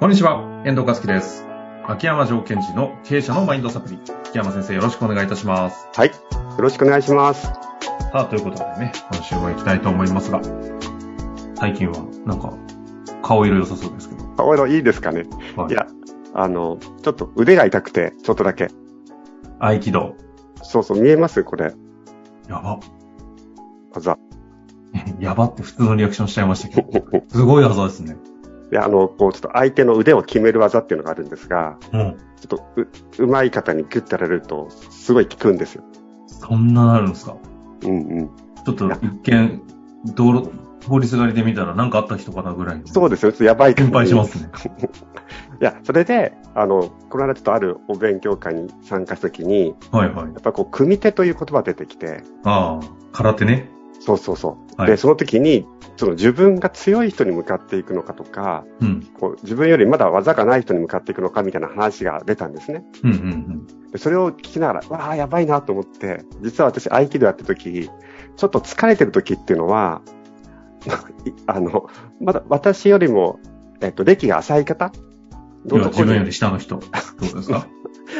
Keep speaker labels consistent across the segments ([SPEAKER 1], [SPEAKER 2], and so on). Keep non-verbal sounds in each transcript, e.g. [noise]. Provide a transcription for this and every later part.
[SPEAKER 1] こんにちは、遠藤和樹です。秋山条件時の経営者のマインドサプリ。秋山先生、よろしくお願いいたします。
[SPEAKER 2] はい。よろしくお願いします。
[SPEAKER 1] さあ、ということでね、今週も行きたいと思いますが、最近は、なんか、顔色良さそうですけど。
[SPEAKER 2] 顔色いいですかね。
[SPEAKER 1] はい
[SPEAKER 2] や、あの、ちょっと腕が痛くて、ちょっとだけ。
[SPEAKER 1] 合気道。
[SPEAKER 2] そうそう、見えますこれ。
[SPEAKER 1] やば。 [laughs]
[SPEAKER 2] あざ。
[SPEAKER 1] やばって普通のリアクションしちゃいましたけ [laughs] ど。すごい技ですね。
[SPEAKER 2] で、あの、こう、ちょっと相手の腕を決める技っていうのがあるんですが、
[SPEAKER 1] うん。
[SPEAKER 2] ちょっとう、うまい方にギュッてやられると、すごい効くんですよ。
[SPEAKER 1] そんななるんですか
[SPEAKER 2] うんうん。
[SPEAKER 1] ちょっと一見、道路、法律狩りで見たらなんかあった人かなぐらいの。
[SPEAKER 2] そうですよ。ちょっとやばい方
[SPEAKER 1] 心
[SPEAKER 2] に
[SPEAKER 1] 配しますね。
[SPEAKER 2] いや、それで、あの、この間ちょっとあるお勉強会に参加した時に、
[SPEAKER 1] はいはい
[SPEAKER 2] や。っぱこう、組手という言葉が出てきて、
[SPEAKER 1] ああ、空手ね。
[SPEAKER 2] そうそうそう。
[SPEAKER 1] はい
[SPEAKER 2] で、その時に、その自分が強い人に向かっていくのかとか、
[SPEAKER 1] うん。
[SPEAKER 2] こう自分よりまだ技がない人に向かっていくのかみたいな話が出たんですね。
[SPEAKER 1] うんうんうん。
[SPEAKER 2] でそれを聞きながら、わあ、やばいなと思って、実は私、合気道やってる時、ちょっと疲れてる時っていうのは、 [laughs] いあの、まだ私よりも、えっと、歴が浅い方
[SPEAKER 1] 要は
[SPEAKER 2] のとこ
[SPEAKER 1] 自
[SPEAKER 2] ろ
[SPEAKER 1] 分
[SPEAKER 2] に
[SPEAKER 1] より下の人。どうですか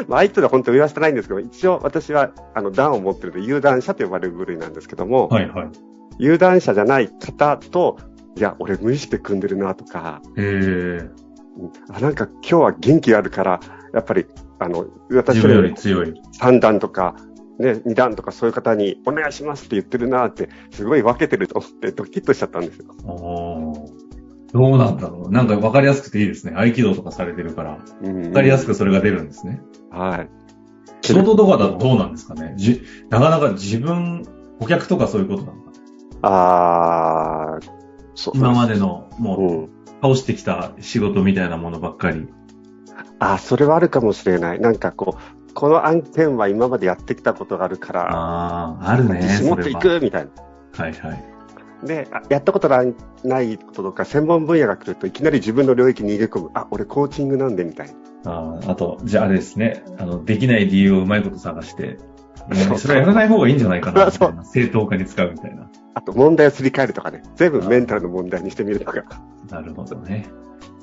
[SPEAKER 2] まあ、相手は本当に上はしてないんですけど、一応私は、あの、段を持ってるので、有段者と呼ばれる部類なんですけども、
[SPEAKER 1] [laughs] はいはい。
[SPEAKER 2] 有段者じゃない方と、いや、俺無意識で組んでるなとか、
[SPEAKER 1] えー、
[SPEAKER 2] うんあなんか今日は元気があるから、やっぱり、あの、私
[SPEAKER 1] 自分より強い。
[SPEAKER 2] 3段とか、ね、2段とかそういう方にお願いしますって言ってるなって、すごい分けてると思ってドキッとしちゃったんですよ。
[SPEAKER 1] おーどうなんだろう。なんか分かりやすくていいですね。合気道とかされてるから。
[SPEAKER 2] うん
[SPEAKER 1] 分かりやすくそれが出るんですね。
[SPEAKER 2] はい。
[SPEAKER 1] 仕事とかだとどうなんですかね。じなかなか自分、顧客とかそういうことなのかな。
[SPEAKER 2] あー、そ
[SPEAKER 1] 今までの、も
[SPEAKER 2] うん。
[SPEAKER 1] う、倒してきた仕事みたいなものばっかり。
[SPEAKER 2] あー、それはあるかもしれない。なんかこう、この案件は今までやってきたことがあるから、
[SPEAKER 1] ああ、あるね。
[SPEAKER 2] 自信
[SPEAKER 1] そ
[SPEAKER 2] 持って
[SPEAKER 1] れ
[SPEAKER 2] い
[SPEAKER 1] は。
[SPEAKER 2] くみたいな。
[SPEAKER 1] はいはい。
[SPEAKER 2] で、あやったことないないこととか、専門分野が来ると、いきなり自分の領域に入れ込む。あ、俺コーチングなんで、みたいな。
[SPEAKER 1] ああ、あと、じゃああれですね。あの、できない理由をうまいこと探して、うんそれはやらない方がいいんじゃないかな。みたいな正当化に使うみたいな。
[SPEAKER 2] あと、問題をすり替えるとかね。全部メンタルの問題にしてみるとか。 [laughs]
[SPEAKER 1] なるほどね。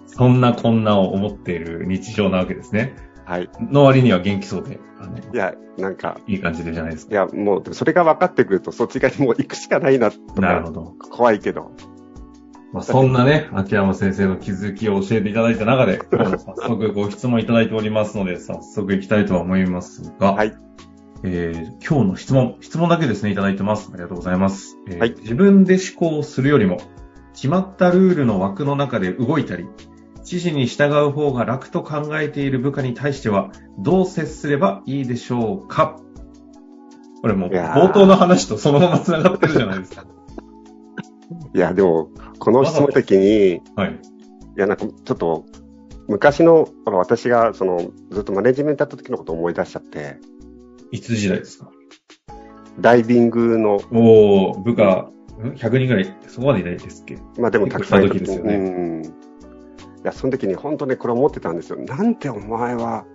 [SPEAKER 1] そんなこんなを思っている日常なわけですね。
[SPEAKER 2] はい。
[SPEAKER 1] の割には元気そうで、あの
[SPEAKER 2] いや、なんか、
[SPEAKER 1] いい感じでじゃないです
[SPEAKER 2] い
[SPEAKER 1] か。
[SPEAKER 2] や、もう、でもそれが分かってくると、そっち側にもう行くしかないな、と
[SPEAKER 1] なる
[SPEAKER 2] か、
[SPEAKER 1] ほど。
[SPEAKER 2] 怖いけど。
[SPEAKER 1] まあ、そんなね、秋山先生の気づきを教えていただいた中で、今日も早速ご質問いただいておりますので、早速行きたいとは思いますが、
[SPEAKER 2] はい
[SPEAKER 1] えー今日の質問、質問だけですね、いただいてます。ありがとうございます。えー
[SPEAKER 2] はい
[SPEAKER 1] 自分で思考をするよりも、決まったルールの枠の中で動いたり、指示に従う方が楽と考えている部下に対しては、どう接すればいいでしょうかこれもう
[SPEAKER 2] いやー
[SPEAKER 1] 冒頭の話とそのまま繋がってるじゃない
[SPEAKER 2] [laughs]
[SPEAKER 1] ですか。
[SPEAKER 2] いや、でも、この質問の時に、い
[SPEAKER 1] はい。
[SPEAKER 2] や、なんか、ちょっと、昔の、あの私が、その、ずっとマネジメントやった時のことを思い出しちゃって、
[SPEAKER 1] いつ時代ですか
[SPEAKER 2] ダイビングの、
[SPEAKER 1] おー、部下、ん100人ぐらい、そこまでいないですっけ
[SPEAKER 2] まあでもたくさんいた
[SPEAKER 1] 行った時ですよね
[SPEAKER 2] うん。いや、その時に本当ね、これ思ってたんですよ。なんてお前は、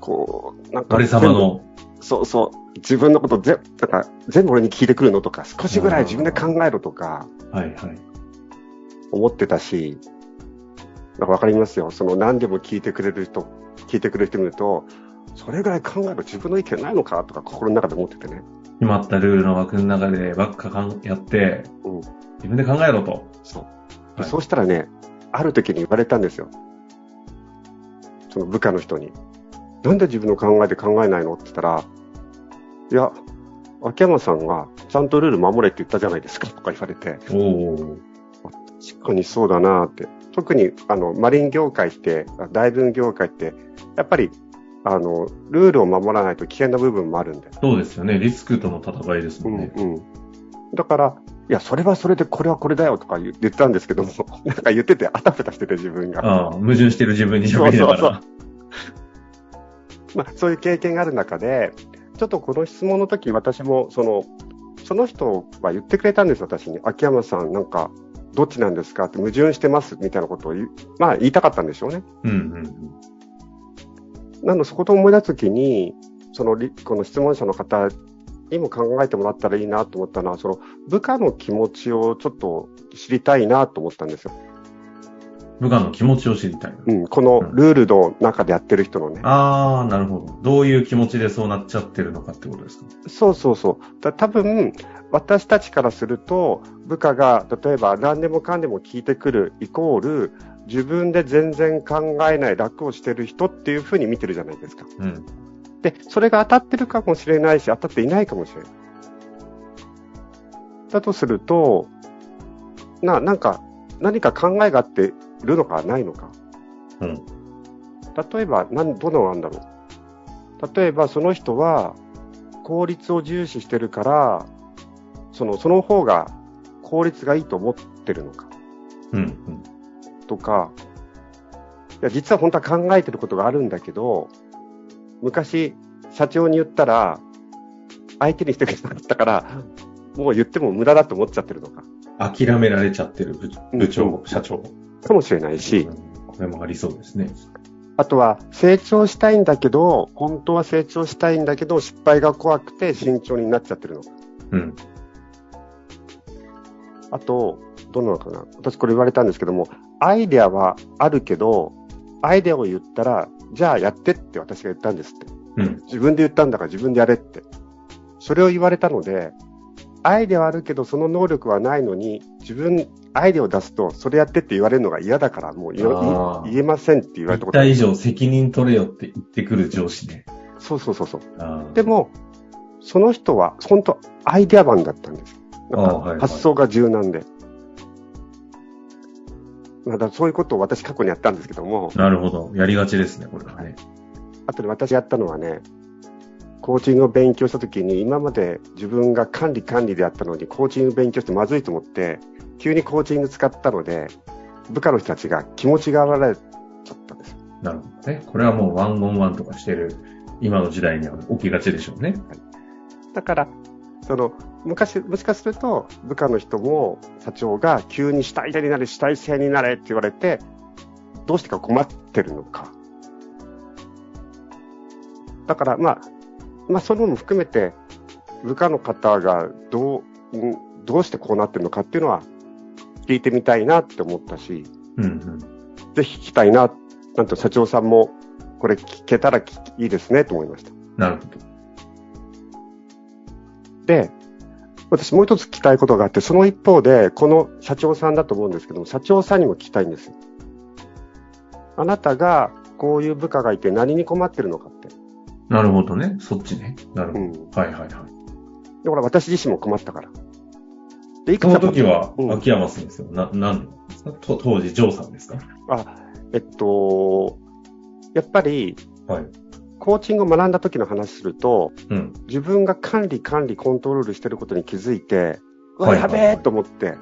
[SPEAKER 2] こう、なんか、
[SPEAKER 1] 俺様の。
[SPEAKER 2] そうそう。自分のことぜ、なんか、全部俺に聞いてくるのとか、少しぐらい自分で考えろとか、
[SPEAKER 1] はいはい。
[SPEAKER 2] 思ってたし、なんかわかりますよ。その何でも聞いてくれる人、聞いてくれる人見ると、それぐらい考えろ自分の意見ないのかとか心の中で思っててね。
[SPEAKER 1] 決まったルールの枠の中でばっかかんやって、
[SPEAKER 2] うん
[SPEAKER 1] 自分で考えろと。
[SPEAKER 2] そう。
[SPEAKER 1] はい
[SPEAKER 2] そうしたらね、ある時に言われたんですよ。その部下の人に。なんで自分の考えで考えないのって言ったら、いや、秋山さんがちゃんとルール守れって言ったじゃないですかとか言われて、
[SPEAKER 1] おー。
[SPEAKER 2] 確かにそうだなって。特に、あの、マリン業界って、あ大分業界って、やっぱり、あの、ルールを守らないと危険な部分もあるんで。
[SPEAKER 1] そうですよね。リスクとの戦いです
[SPEAKER 2] う
[SPEAKER 1] もん
[SPEAKER 2] ん
[SPEAKER 1] ね。
[SPEAKER 2] うん。だから、いや、それはそれで、これはこれだよとか言言ったんですけども、 [laughs] なんか言ってて、あたふたしてて自分が。
[SPEAKER 1] ああ、矛盾してる自分に喋りながら。
[SPEAKER 2] そうそうまあ、そういう経験がある中で、ちょっとこの質問の時、私も、その、その人は言ってくれたんです、私に。秋山さん、なんか、どっちなんですかって矛盾してます、みたいなことを言う、まあ、言いたかったんでしょうね。
[SPEAKER 1] うんうんうん。
[SPEAKER 2] なので、そこと思い出すときに、そのり、この質問者の方にも考えてもらったらいいなと思ったのは、その、部下の気持ちをちょっと知りたいなと思ったんですよ。
[SPEAKER 1] 部下の気持ちを知りたい。
[SPEAKER 2] うん、このルールの中でやってる人のね。
[SPEAKER 1] あー、なるほど。どういう気持ちでそうなっちゃってるのかってことですか。
[SPEAKER 2] そうそうそう。だ多分、私たちからすると、部下が例えば何でもかんでも聞いてくるイコール、自分で全然考えない楽をしてる人っていうふうに見てるじゃないですか。
[SPEAKER 1] うん。
[SPEAKER 2] で、それが当たってるかもしれないし、当たっていないかもしれない。だとすると、な、なんか、何か考えがあっているのかないのか。
[SPEAKER 1] うん。
[SPEAKER 2] 例えば、なん、どのなんだろう。例えば、その人は、効率を重視してるから、その、その方が効率がいいと思ってるのか、
[SPEAKER 1] うん。うん。
[SPEAKER 2] とか、いや、実は本当は考えてることがあるんだけど、昔、社長に言ったら、相手にしてくれなかったから、もう言っても無駄だと思っちゃってるのか、
[SPEAKER 1] 諦められちゃってる部部長、社長。
[SPEAKER 2] かもしれないし
[SPEAKER 1] う、んこれもありそうですね。
[SPEAKER 2] あとは成長したいんだけど、本当は成長したいんだけど、失敗が怖くて慎重になっちゃってるのか。
[SPEAKER 1] うん。
[SPEAKER 2] あと、どんなのかな私これ言われたんですけども、アイデアはあるけど、アイデアを言ったら、じゃあやってって私が言ったんですって。
[SPEAKER 1] うん。
[SPEAKER 2] 自分で言ったんだから自分でやれって。それを言われたので、アイデアはあるけど、その能力はないのに、自分、アイデアを出すと、それやってって言われるのが嫌だから、もう言
[SPEAKER 1] あ
[SPEAKER 2] わ
[SPEAKER 1] ー
[SPEAKER 2] 言えませんって言われた
[SPEAKER 1] 一
[SPEAKER 2] こと。
[SPEAKER 1] 体以上責任取れよって言ってくる上司ね。
[SPEAKER 2] そうそうそうそう。
[SPEAKER 1] あー
[SPEAKER 2] で、も、その人は、本当アイデアマンだったんです。なん
[SPEAKER 1] ああはいは
[SPEAKER 2] か
[SPEAKER 1] い
[SPEAKER 2] 発想が柔軟で。まあだからそういうことを私過去にやったんですけども、
[SPEAKER 1] なるほど。やりがちですね、これはね。
[SPEAKER 2] あとで私やったのはね、コーチングを勉強したときに、今まで自分が管理管理でやったのに、コーチング勉強してまずいと思って、急にコーチング使ったので、部下の人たちが気持ちが悪られちゃったんですよ。
[SPEAKER 1] なるほどね。これはもうワンオンワンとかしてる、今の時代には起きがちでしょうね。
[SPEAKER 2] だから、その昔もしかすると部下の人も社長が急に主体性になれ、主体性になれって言われて、どうしてか困ってるのか。だから、まあ、まあ、そののも含めて、部下の方がどう、んどうしてこうなってるのかっていうのは、聞いてみたいなって思ったし、
[SPEAKER 1] うんうん。
[SPEAKER 2] ぜひ聞きたいな、なんと社長さんも、これ聞けたらきいいですねと思いました。
[SPEAKER 1] なるほど。
[SPEAKER 2] で、私もう一つ聞きたいことがあって、その一方で、この社長さんだと思うんですけども、社長さんにも聞きたいんです。あなたがこういう部下がいて何に困ってるのかって。
[SPEAKER 1] なるほどね。そっちね。なるほ
[SPEAKER 2] う
[SPEAKER 1] ど。
[SPEAKER 2] ん。で、
[SPEAKER 1] はいはいはい。
[SPEAKER 2] ほら、私自身も困ったから。で、い
[SPEAKER 1] そ
[SPEAKER 2] か
[SPEAKER 1] の時は
[SPEAKER 2] う、ん
[SPEAKER 1] 秋山さんですよ。な、なんですかと当時、ジョーさんですか
[SPEAKER 2] あ、えっと、やっぱり、
[SPEAKER 1] はい。
[SPEAKER 2] コーチングを学んだ時の話すると、
[SPEAKER 1] うん。
[SPEAKER 2] 自分が管理管理コントロールしてることに気づいて、うわ
[SPEAKER 1] はいは
[SPEAKER 2] や
[SPEAKER 1] い
[SPEAKER 2] べえと思って、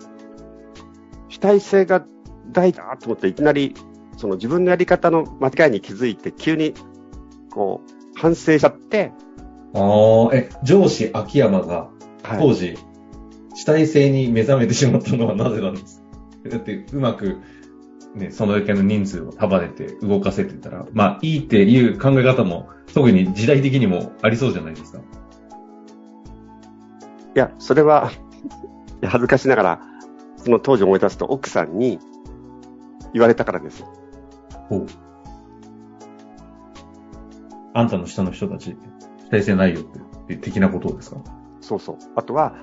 [SPEAKER 2] 主体性が大事だと思って、いきなり、その自分のやり方の間違いに気づいて、急に、こう、反省しちゃって、
[SPEAKER 1] ああ、え、上司秋山が
[SPEAKER 2] はい
[SPEAKER 1] 当時、主体性に目覚めてしまったのはなぜなんですか [laughs] だって、うまく、ね、そのだけの人数を束ねて動かせてたら、まあ、いいっていう考え方も、特に時代的にもありそうじゃないですか。
[SPEAKER 2] いや、それは、いや恥ずかしながら、その当時思い出すと奥さんに言われたからです。
[SPEAKER 1] ほう。あんたの下の人たち、主体性ないよって、的なことですか
[SPEAKER 2] そうそう。あとは、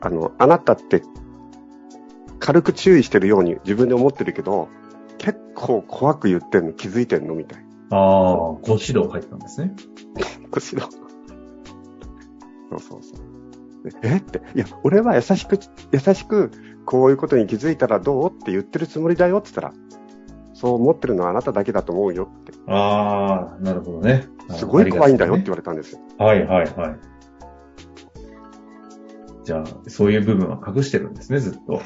[SPEAKER 2] あの、あなたって、軽く注意してるように自分で思ってるけど、結構怖く言ってんの気づいてんのみたいな。
[SPEAKER 1] ああ、ご指導入ってたんですね。
[SPEAKER 2] むしろ。そうそうそう。でえって、いや、俺は優しく、優しく、こういうことに気づいたらどうって言ってるつもりだよって言ったら、そう思ってるのはあなただけだと思うよって、
[SPEAKER 1] ああ、なるほどね。
[SPEAKER 2] すごい怖いんだよって
[SPEAKER 1] あ
[SPEAKER 2] 言われたんですよ。
[SPEAKER 1] りがたいですねはいはいはい。じゃあ、そういう部分は隠してるんですね、ずっと。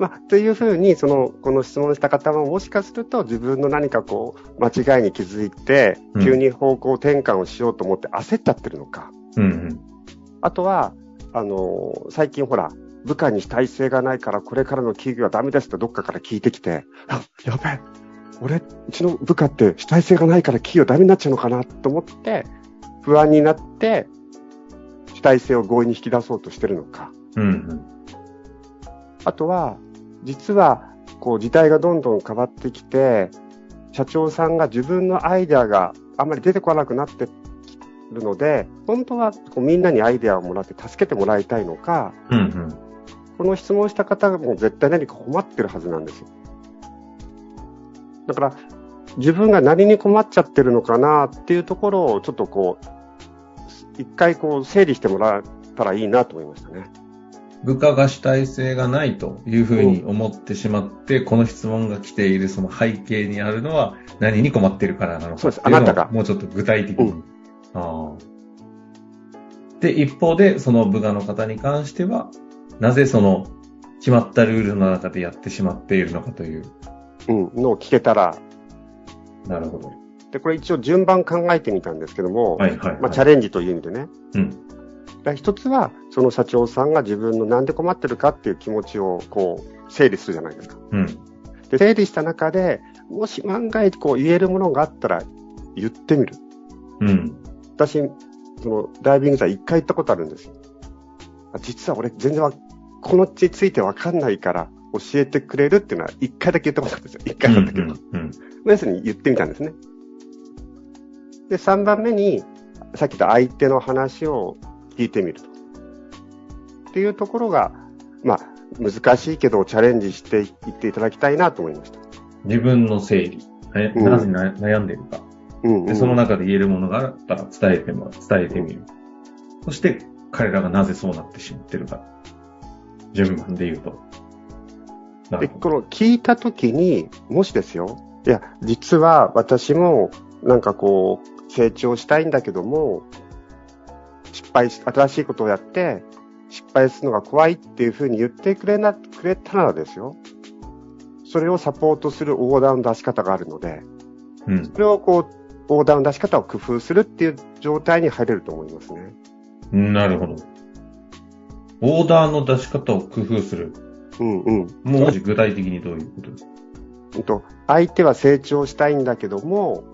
[SPEAKER 2] まあ、というふうに、その、この質問した方も、もしかすると自分の何かこう、間違いに気づいて
[SPEAKER 1] う、ん
[SPEAKER 2] 急に方向転換をしようと思って焦っちゃってるのか。
[SPEAKER 1] うん
[SPEAKER 2] あとは、あのー最近ほら、部下に主体性がないから、これからの企業はダメですってどっかから聞いてきて、あ、やべえ、俺、うちの部下って主体性がないから企業ダメになっちゃうのかなと思って、不安になって、主体性を強引に引き出そうとしてるのか。
[SPEAKER 1] うん。うん
[SPEAKER 2] あとは、実はこう時代がどんどん変わってきて、社長さんが自分のアイデアがあんまり出てこなくなってるので、本当はこうみんなにアイデアをもらって助けてもらいたいのか、
[SPEAKER 1] うんうん。
[SPEAKER 2] この質問した方も絶対何か困ってるはずなんですよ。だから、自分が何に困っちゃってるのかなっていうところをちょっとこう、一回こう整理してもらったらいいなと思いましたね。
[SPEAKER 1] 部下が主体性がないというふうに思ってしまって、この質問が来ているその背景にあるのは何に困ってるからなのか
[SPEAKER 2] そうです
[SPEAKER 1] っていうのを
[SPEAKER 2] あなたが
[SPEAKER 1] もうちょっと具体的に。
[SPEAKER 2] う
[SPEAKER 1] あーで、一方で、その部下の方に関しては、なぜその決まったルールの中でやってしまっているのかという。
[SPEAKER 2] うん、のを聞けたら。
[SPEAKER 1] なるほど。
[SPEAKER 2] で、これ一応順番考えてみたんですけども、
[SPEAKER 1] はいはい、はい。
[SPEAKER 2] まあチャレンジという意味でね。
[SPEAKER 1] うん。
[SPEAKER 2] だから一つは、その社長さんが自分のなんで困ってるかっていう気持ちをこう整理するじゃないですか。
[SPEAKER 1] うん。
[SPEAKER 2] で、整理した中で、もし万が一こう言えるものがあったら言ってみる。
[SPEAKER 1] うん。
[SPEAKER 2] 私、そのダイビングさん一回行ったことあるんですよ。あ実は俺全然わ、この地についてわかんないから教えてくれるっていうのは一回だけ言ったことあるんですよ。一回だけど。
[SPEAKER 1] うんうん
[SPEAKER 2] 要するに言ってみたんですね。で、3番目に、さっき言った相手の話を聞いてみると。っていうところが、まあ、難しいけどチャレンジしていっていただきたいなと思いました。
[SPEAKER 1] 自分の整理。え
[SPEAKER 2] うん
[SPEAKER 1] なぜな悩んでいるか。
[SPEAKER 2] うん、う
[SPEAKER 1] で、
[SPEAKER 2] ん。
[SPEAKER 1] その中で言えるものがあったら伝えても伝えてみる。そして、彼らがなぜそうなってしまってるか。順番で言うと。な
[SPEAKER 2] で、
[SPEAKER 1] るほど。
[SPEAKER 2] この聞いたときに、もしですよ、いや、実は私も、なんかこう、成長したいんだけども、失敗し、新しいことをやって、失敗するのが怖いっていうふうに言ってくれな、くれたらですよ、それをサポートするオーダーの出し方があるので、
[SPEAKER 1] うん。
[SPEAKER 2] それをこう、オーダーの出し方を工夫するっていう状態に入れると思いますね。
[SPEAKER 1] なるほど。オーダーの出し方を工夫する。
[SPEAKER 2] うんうん。
[SPEAKER 1] もう具体的にどういうことですか
[SPEAKER 2] うんと、相手は成長したいんだけども、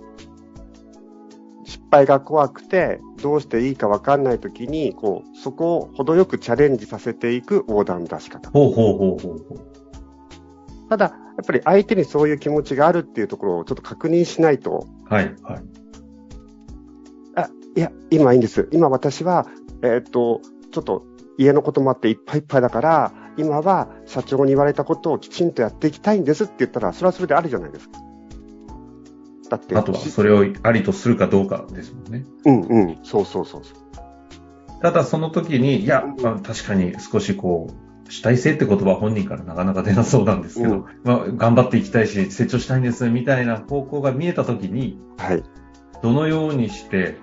[SPEAKER 2] 失敗が怖くて、どうしていいか分かんないときに、こう、そこを程よくチャレンジさせていく横断の出し方。
[SPEAKER 1] ほうほうほうほうほう。
[SPEAKER 2] ただ、やっぱり相手にそういう気持ちがあるっていうところをちょっと確認しないと、
[SPEAKER 1] はい、はい。
[SPEAKER 2] あ、いや、今いいんです。今私は、えーっと、ちょっと家のこともあっていっぱいいっぱいだから、今は社長に言われたことをきちんとやっていきたいんですって言ったら、それはそれであるじゃないですか。だって、
[SPEAKER 1] あとは、それをありとするかどうかですもんね。
[SPEAKER 2] うんうん、そうそうそうそう。
[SPEAKER 1] ただその時に、いや、まあ確かに少しこう、主体性って言葉は本人からなかなか出なそうなんですけど、
[SPEAKER 2] うん
[SPEAKER 1] まあ、頑張っていきたいし、成長したいんです、みたいな方向が見えた時に、
[SPEAKER 2] はい。
[SPEAKER 1] どのようにして、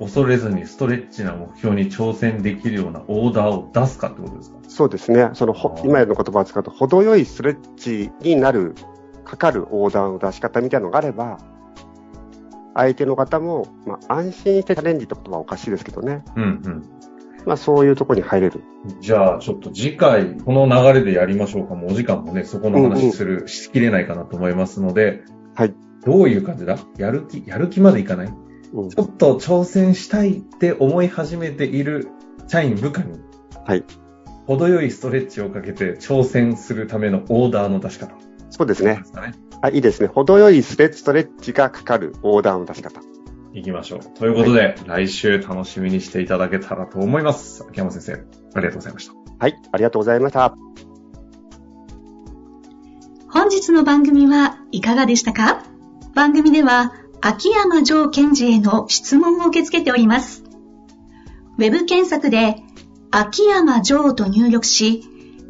[SPEAKER 1] 恐れずにストレッチな目標に挑戦できるようなオーダーを出すかってことですか
[SPEAKER 2] そうですね。そのほ
[SPEAKER 1] あ、ー
[SPEAKER 2] 今の言葉を使うと、程よいストレッチになる、かかるオーダーの出し方みたいなのがあれば、相手の方も、まあ、安心してチャレンジって言葉はおかしいですけどね。
[SPEAKER 1] うん
[SPEAKER 2] まあ、そういうところに入れる。
[SPEAKER 1] うん。じゃあ、ちょっと次回、この流れでやりましょうか。もうお時間もね、そこの話する、しきれないかなと思いますので、
[SPEAKER 2] はい。
[SPEAKER 1] どういう感じだやる気、やる気までいかない
[SPEAKER 2] うん
[SPEAKER 1] ちょっと挑戦したいって思い始めている社員部下に、
[SPEAKER 2] はい。
[SPEAKER 1] 程よいストレッチをかけて挑戦するためのオーダーの出し方で
[SPEAKER 2] そうですね。
[SPEAKER 1] すかね。
[SPEAKER 2] あ、いいですね。程よいストレッチ、ストレッチがかかるオーダーの出し方。
[SPEAKER 1] いきましょう。ということで、来週楽しみにしていただけたらと思います。秋山先生、ありがとうございました。
[SPEAKER 2] はい。ありがとうございました。
[SPEAKER 3] 本日の番組はいかがでしたか番組では秋山城賢治への質問を受け付けております。ウェブ検索で秋山城と入力し、